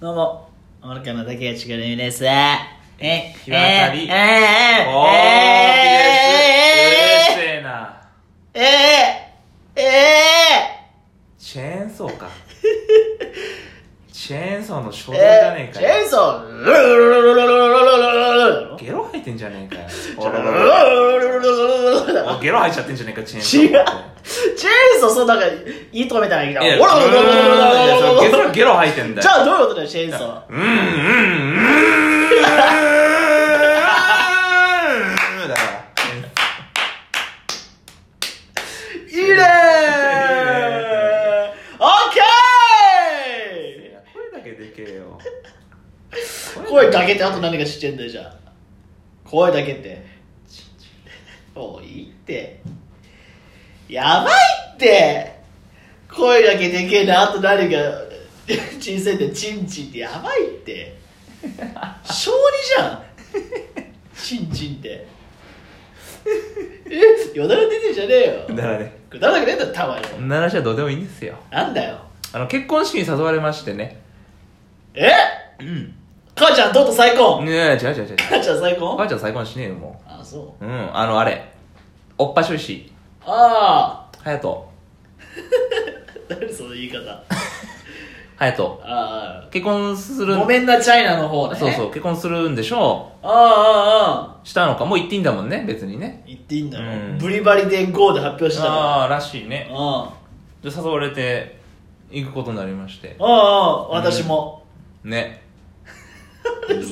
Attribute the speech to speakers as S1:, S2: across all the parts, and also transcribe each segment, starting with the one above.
S1: どうも、アマルカの竹内くるみです。え、え、
S2: 日渡り
S1: えええ
S2: おー
S1: え
S2: うるせえな
S1: えええええ
S2: チェーンソーかチェーンソーの衝
S1: え
S2: 動じゃねえ
S1: チ
S2: かよ
S1: ェンソールルルルルルルルルルル
S2: ゲロ吐いてんじゃね えかよ
S1: チェ
S2: 俺ら
S1: ーン
S2: おゲロ吐いちゃってんじゃねえかチェーンソーって
S1: ソー、そうなんか、糸みたいなのが
S2: いや
S1: 来た。おらおらおらおら
S2: いやそ
S1: おらおらおらおら
S2: れゲロゲロ吐いてんだ
S1: じ
S2: よ
S1: ゃあどういうことだよ、チェーンソー。
S2: うんうんうんうんだから
S1: いいねーオッ
S2: い
S1: ケ
S2: や声だけでけえよ
S1: ー声だけってあと何が知ってんだよじゃあ声だけってもういいってやばいって声だけでけえなあと何が人生でチンチンってやばいって小児じゃんチンチンってえよだれ出てんじゃねえ
S2: だ
S1: よ
S2: からね
S1: くだらなくねえんだよたまに
S2: こんな話はどうでもいいんですよ
S1: なんだよ
S2: あの結婚式に誘われましてね
S1: え
S2: うん
S1: 母ちゃんとうとう再婚
S2: ねえ違う違う違う
S1: 母ちゃん再
S2: お
S1: 婚
S2: 母ちゃん再婚しねえよも
S1: あそう
S2: ううんあのあれおっぱしゅうし
S1: ああ
S2: はやと
S1: 何その言い方 あ
S2: はやと
S1: あ
S2: 結婚する
S1: ごめんなチャイナの方ね
S2: そうそう結婚するんでしょ
S1: ああああ
S2: うしたのかもう言っていいんだもんね別にね
S1: 言っていいんだろ、
S2: うん
S1: ブリバリで GO で発表したからあ
S2: ああらしいね
S1: あ
S2: で誘われて行くことになりまして
S1: ああ私も、
S2: ね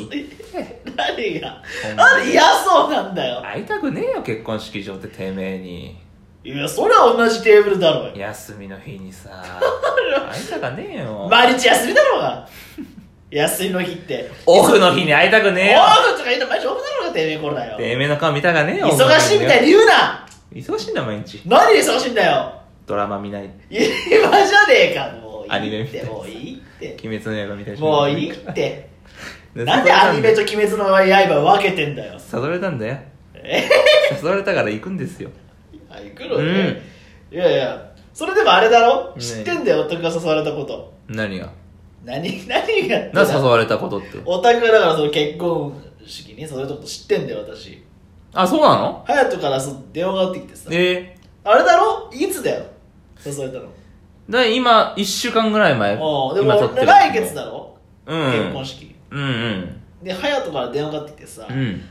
S1: 何が
S2: ほんま
S1: なんで嫌そうなんだよ
S2: 会いたくねえよ結婚式場っててめえに
S1: いやそれは同じテーブルだろうよ
S2: 休みの日 にさ会いたかねえよ
S1: 毎日休みだろうが休みの日って
S2: オフの日に会いたく
S1: オ
S2: ねえよ
S1: ーブとか言うの毎日オフだろうがてめえこれだよ
S2: てめえの顔見たかねえよ
S1: 忙しいみたいに言うな
S2: 忙しいんだ毎日
S1: 何で忙しいんだよ
S2: ドラマ見ない
S1: 今じゃねえかもう
S2: アニ
S1: い
S2: メ
S1: い
S2: み
S1: った
S2: い
S1: て
S2: な
S1: もういいって
S2: 鬼滅の刃みたい
S1: もういいって
S2: で
S1: なんで
S2: 誘われた
S1: アニメと鬼滅の刃を分けてんだよ
S2: 誘われたんだよ
S1: え
S2: 誘われたから行くんですよ
S1: あ行くのね、いやいやそれでもあれだろ
S2: ね
S1: 知ってんだよオタクが誘われたこと
S2: 何が
S1: 何何が
S2: な誘われたことって
S1: オタクがだからその結婚式に誘われたこと知ってんだよ私
S2: あそうなの
S1: 隼人からその電話がかかってきてさ
S2: え
S1: あれだろいつだよ誘われたの
S2: ー、だ今1週間ぐらい前
S1: おうで
S2: 今撮
S1: も
S2: ってる
S1: 来月だろ、
S2: うん
S1: 結婚式
S2: うんうん
S1: で隼人から電話がかかってきてさ、
S2: うん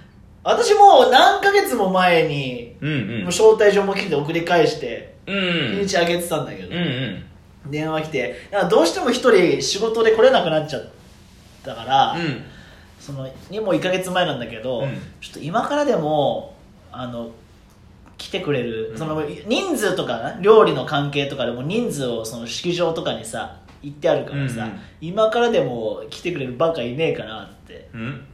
S1: 私もう何ヶ月も前に、
S2: うんうん
S1: もう招待状も来て送り返して
S2: うん
S1: 日にちあげてたんだけど、
S2: うんうん
S1: 電話来てなんかどうしても一人仕事で来れなくなっちゃったから、
S2: うん
S1: そのにもう1ヶ月前なんだけど、
S2: うん
S1: ちょっと今からでもあの来てくれる、
S2: うん
S1: その人数とかな料理の関係とかでも人数をその式場とかにさ行ってあるからさ、
S2: うんうん
S1: 今からでも来てくれるバカいねえかなって
S2: うん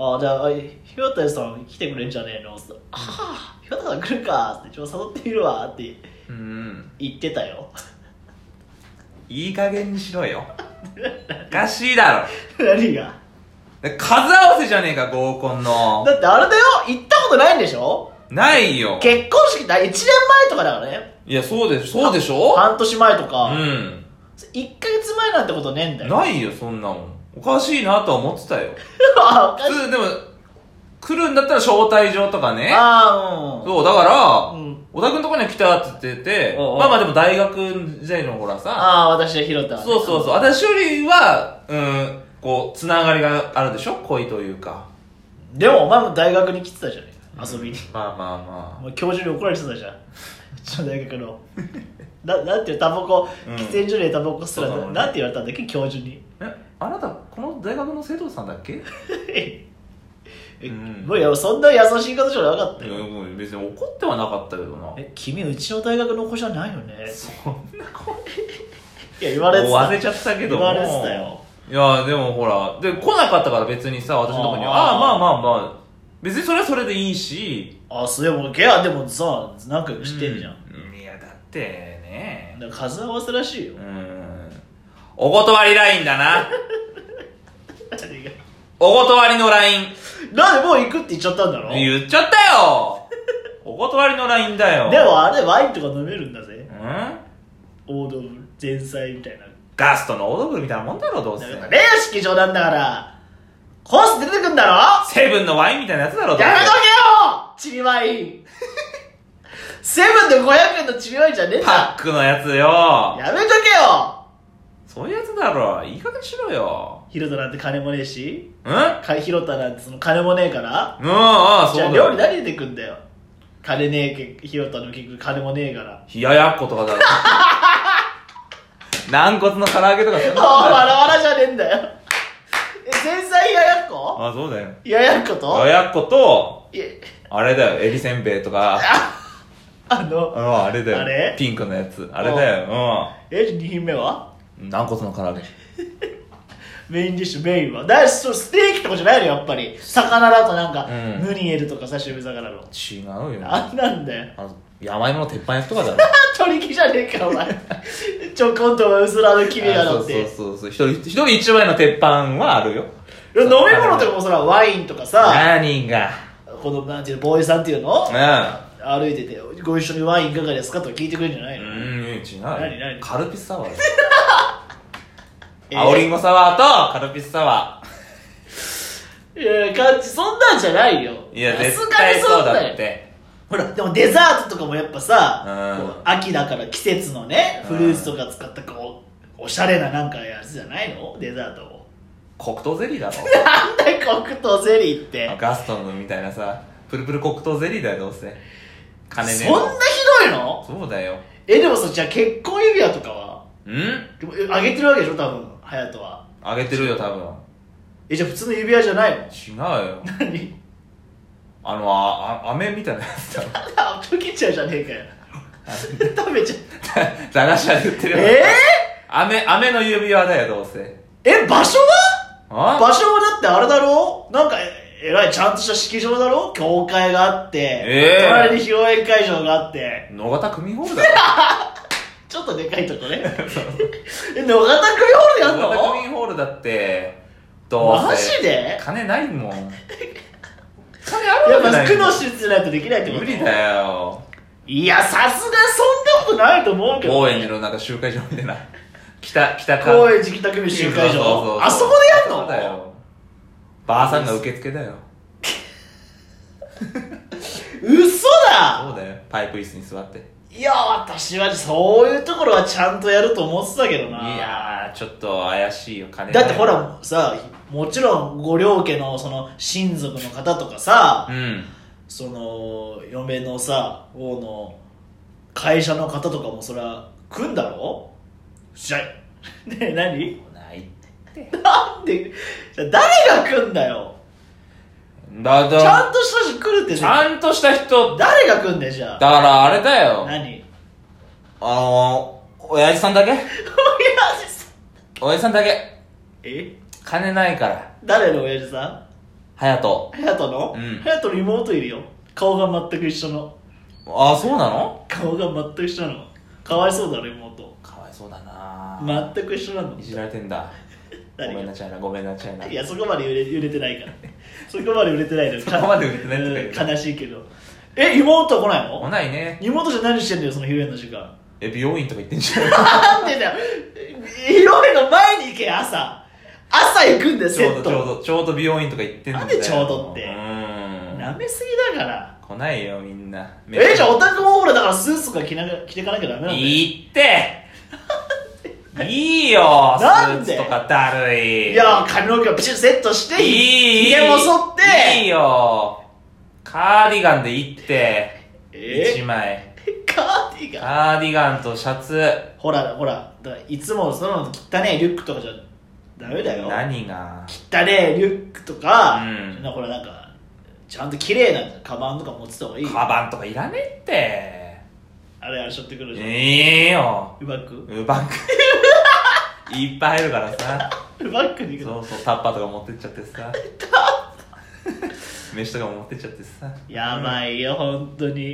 S1: あじゃあ、ひよたさん来てくれんじゃねえのってああ、ひよたさん来るかって、ちょっと誘ってみるわって
S2: うん
S1: 言ってたよ。
S2: いい加減にしろよおかしいだろ
S1: 何が
S2: 数合わせじゃねえか合コンの
S1: だってあれだよ、行ったことないんでしょ
S2: ないよ
S1: 結婚式だ、1年前とかだからね。
S2: いやそうでしょそうでしょ
S1: 半年前とか、
S2: うん
S1: 1ヶ月前なんてことねえんだよ。
S2: ないよそんなもんおかしいなとは思ってたよ
S1: あ、おかしい。
S2: 普通でも来るんだったら招待状とかね
S1: ああ、うん。
S2: そうだから、
S1: うん
S2: 小田君とこには来たって言ってて
S1: おうおう
S2: まあまあでも大学時代のほらさ
S1: ああ、私はひろたはね。
S2: そうそうそう私よりはうんこうつながりがあるでしょ恋というか
S1: でもお前も大学に来てたじゃねえか、遊びに。
S2: まあまあ
S1: お
S2: ま
S1: 前教授に怒られてたじ ゃん。うちの大学の。ななんていうタバコ、
S2: うん
S1: 喫煙所でタバコすら、
S2: そうだもんね
S1: なんて言われたんだっけ、教授に。
S2: あえあなたこの大学の生徒さんだっけ
S1: え
S2: うん
S1: もういやそんな優しい方じゃなかった
S2: い
S1: よ、
S2: やもう別に怒ってはなかったけどな
S1: え君うちの大学の子じゃないよね
S2: そんなこと
S1: いや言われて
S2: もう忘
S1: た
S2: れちゃったけど
S1: 言われてたよ
S2: いやでもほらで来なかったから別にさ私のとこに
S1: あ
S2: あ
S1: ー
S2: あまあまあまあ別にそれはそれでいいし
S1: あそうでもゲアでもさ仲良くしてんじゃん、
S2: ういやだってね
S1: だから数合わせらしいよ
S2: う、んお断りラインだな
S1: 何が
S2: お断りのライン
S1: なんでもう行くって言っちゃったんだろ
S2: 言っちゃったよお断りのラインだよ
S1: でもあれワインとか飲めるんだぜ
S2: うん
S1: 王道の前菜みたいな
S2: ガストのオードブルみたいなもんだろ、どうせ。
S1: だから式場なんだから、コース出てくんだろ
S2: セブンのワインみたいなやつだろ、どうせ
S1: やめとけよチリワイ ン。セブンで500円のチリワインじゃねえん
S2: パ
S1: だ。
S2: ックのやつよ。
S1: やめとけよ
S2: そういうやつだろ。いい加減しろよ。
S1: ヒロタなんて金もねえし、
S2: んうん、あ
S1: かヒロタなんてその金もねえから、
S2: あ、そう
S1: じ
S2: だ
S1: ゃあ
S2: よ。
S1: 料理何出てくんだよ。金ねえけ、ヒロタの結局金もねえから。
S2: 冷ややっことか だろ。軟骨の唐揚げとかそんなもんだろ
S1: ああ、わらわらじゃねえんだよ。え、繊細ややっこ
S2: あ、そうだよ。
S1: ややっこと
S2: 冷ややっこと、
S1: いえ、
S2: あれだよ、エビせんべいとか、
S1: あの、
S2: うんあれだよ。
S1: あれ
S2: ピンクのやつ。あれだよ、
S1: え、2品目は
S2: うん。軟骨の唐揚げ。
S1: メインディッシュ、メインは。だし、そうステーキとかじゃないのよ、やっぱり。魚だとなんか、
S2: うん
S1: ムニエルとか刺身魚の。
S2: 違うよ。あ
S1: なんなんだよ。
S2: の、山芋の鉄板焼きとかだろ。
S1: 鳥木じゃねえか、お 前。ちょこんとは薄らの切れや
S2: あ
S1: だ
S2: そう
S1: って。い
S2: そう
S1: や
S2: そうそう。一人、一人一枚の鉄板はあるよ。
S1: 飲み物とかもそら、ワインとかさ、
S2: 何が。
S1: この、なんていうの、ボーイさんっていうの
S2: う
S1: 歩いてて、ご一緒にワインいかがですかとか聞いてくれるんじゃない
S2: ん。
S1: の
S2: うん、違う。
S1: 何何
S2: カルピスサワーだよ。
S1: えー
S2: 青りんごサワーとカルピスサワ
S1: いや、感じ、そんなんじゃないよ。
S2: ー。いや、
S1: さすが
S2: 絶
S1: に
S2: 対そ
S1: そ
S2: うん
S1: なん
S2: だ
S1: よ
S2: って。
S1: ほら、でもデザートとかもやっぱさ、
S2: うん
S1: こう秋だから季節のね、
S2: う
S1: フ
S2: ん
S1: ルーツとか使ったこう、おしゃれななんかやつじゃないのデザートを。
S2: 黒糖ゼリーだろ。
S1: なんだよ黒糖ゼリーって。
S2: ガストンみたいなさ、プルプル黒糖ゼリーだよ、どうせ。金ねえ
S1: そん
S2: の
S1: なひどいの
S2: そうだよ。
S1: え、でもさ、じゃあ結婚指輪とかは
S2: ん
S1: でもえあげてるわけでしょ多分、隼人は。
S2: あげてるよ、多分。
S1: え、じゃあ普通の指輪じゃないの
S2: 違うよ。
S1: 何
S2: あの、あ、あ飴みたいなやつだ ろ。
S1: あ、プキちゃうじゃねえかよ。食べちゃう。
S2: 駄菓子屋で売ってるよ。
S1: え
S2: 飴、飴の指輪だよ、どうせ。
S1: ー、え、場所は
S2: あ
S1: 場所はだってあれだろなんかええらいちゃんとした式場だろ教会があって、
S2: ええ
S1: 隣に披露宴会場があって
S2: 野方組ホールだよ。
S1: ちょっとでかいと こねえ野方組ホールやん
S2: 野方
S1: の
S2: 組ホールだって、どうせ。
S1: マジで
S2: 金ないもん。金ある
S1: や
S2: わ
S1: っ
S2: けな
S1: ぱ
S2: い
S1: 苦
S2: もん
S1: の手術じゃないとできないってこと
S2: 無理だよ。
S1: いやさすがにそんなことないと思うけど
S2: 高円寺のなんか集会場みたいな。北、北か。
S1: 高円寺北区集会
S2: そうそうそう
S1: 場あそこでやんの
S2: そうだよばあさんが受付だよ
S1: 嘘だ
S2: そうだよパイプ椅子に座って
S1: いや私はそういうところはちゃんとやると思ってたけど
S2: い
S1: ない
S2: やーちょっと怪しいよ金ない
S1: だってほらさもちろんご両家のその親族の方とかさ、
S2: うん
S1: その嫁のさ王の会社の方とかもそりゃ来んだろじゃ ねえ何
S2: ない
S1: なんでじゃあ誰が来んだよ
S2: だ
S1: ちゃ
S2: だ
S1: んとした人来るって
S2: ちゃんとした人だ
S1: 誰が来んだよじゃあ
S2: からあれだよ
S1: 何
S2: あのー、親父さんだけ
S1: 親父さん
S2: 親父さんだけ
S1: え
S2: 金ないから
S1: 誰の親父さん
S2: 隼
S1: 隼人の
S2: うん
S1: 隼人、の妹いるよ顔が全く一緒の
S2: 人ああそうなの
S1: 顔が全く一緒なのかわいそうだろ妹
S2: かわいそうだな
S1: 全く一緒なの
S2: いじられてんだご
S1: 誰が
S2: めんなチャイナごめんなチャイナ
S1: いや、そこまで売れ売れてないから。そこまで売れてないのよ
S2: そこまで売れてないとか言うな
S1: うん悲しいけど。え、妹は来ない
S2: 来
S1: の
S2: ないね
S1: 妹じゃ何してんのよ、その披露宴の時間。
S2: え美容院とか行ってんじゃん
S1: なんでだよ。披露宴の前に行けよ、朝。朝行くんだよ、
S2: ち
S1: セ
S2: ょう
S1: ッ
S2: どちょう
S1: ト。
S2: どちょうど美容院とか行ってんだよ
S1: なんでちょうどって
S2: うー
S1: なんめすぎだから。
S2: 来ないよみんな
S1: え、じゃあオタクもほら、だからスーツとか着なが着てかなきゃダメなんだよ。
S2: いいっていいよ
S1: なんで
S2: スーツとかだるい
S1: いや、髪の毛をピシッとセットして、
S2: いいいい
S1: ひげも剃って、
S2: いいよカーディガンでいいって一
S1: え
S2: 枚
S1: カーディガン
S2: カーディガンとシャツ
S1: ほら、ほら、だからいつもその汚ねリュックとかじゃダメだよ。
S2: 何が
S1: 汚ねリュックとか、
S2: うん
S1: そんなほらなんかちゃんと綺麗なカバンとか持ってた方がいい
S2: カバンとかいらねえって
S1: あれあれしょってくるじゃん、
S2: いいよ
S1: うバック
S2: ウバッグ いっぱい入るからさ
S1: う バックに行く
S2: そ
S1: の
S2: うそうタッパーとか持ってっちゃってさ飯とかも持ってっちゃってさ
S1: やばいよ本当に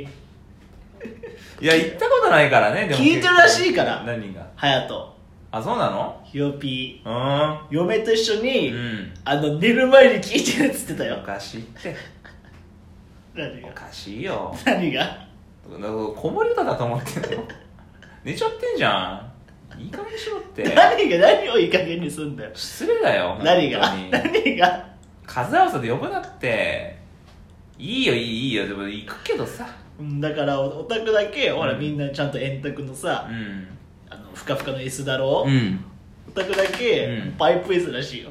S2: いや行ったことないからねでも
S1: 聞いてるらしいから
S2: 何が
S1: 隼人
S2: あそうなの
S1: ひよぴ
S2: うー
S1: ー嫁と一緒に、
S2: ん
S1: あの寝る前に聞いてるっつってた
S2: うんお
S1: よ
S2: かしいって
S1: 何
S2: お
S1: が
S2: かしいよ
S1: 何が
S2: だから子守歌だと思ってんの寝ちゃってんじゃんいい加減にしろって
S1: 何が何をいい加減にすんだよ
S2: 失礼だよ
S1: 何が
S2: 本当に
S1: 何が
S2: 数合わせで呼ぶなっていいよいいいいよでも行くけどさ
S1: うんだからおオタクだけほら
S2: うん
S1: みんなちゃんと円卓のさ
S2: うん
S1: あのふかふかの椅子だろ
S2: うん
S1: オタクだけ
S2: うん
S1: パイプ椅子らしいよ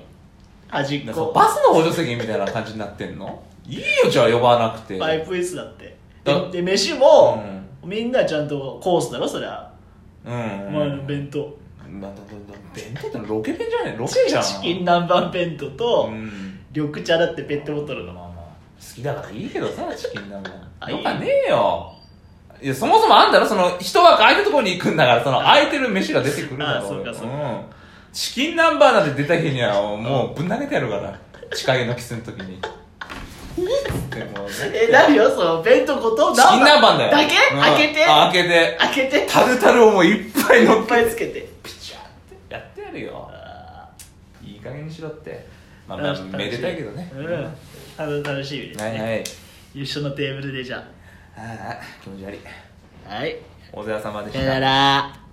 S1: 端っ
S2: なんかそう
S1: こ
S2: バスの補助席みたいな感じになってんのいいよじゃあ呼ばなくて
S1: パイプ椅子だって
S2: だ
S1: でで飯もみんなちゃんとコースだろそりゃ
S2: うんうん、
S1: 前の弁当
S2: なんだなんだ弁当ってロケ弁じゃないロケじゃん
S1: チキン南蛮弁当と
S2: うん
S1: 緑茶だってペットボトル
S2: まあ
S1: の
S2: まあ好きだからいいけどさチキン南
S1: あ
S2: 蛮よかねえよいやそもそもあんだろその人は空いたところに行くんだからその
S1: あ
S2: 空いてる飯が出てくるだろ
S1: あそうかそうか
S2: んチキン南蛮なんて出た日にはもうぶん投げてやるから地下へのキスの時にでも
S1: え何よその弁当ごと
S2: チキン南蛮だよ
S1: だけ
S2: うん
S1: 開けて
S2: あ開けて
S1: 開けて
S2: タルタルをもういっぱい乗
S1: いっ
S2: っけ
S1: ぱいつけて
S2: ピチャってやってやるよ
S1: あー
S2: いい加減にしろってまあまあ
S1: 楽し
S2: めでたいけどね
S1: うんあの楽しみですね、
S2: はいはい
S1: 一緒のテーブルでじゃ
S2: ああ気持ち悪い
S1: あはい
S2: お世話様でし
S1: さ
S2: た
S1: よなら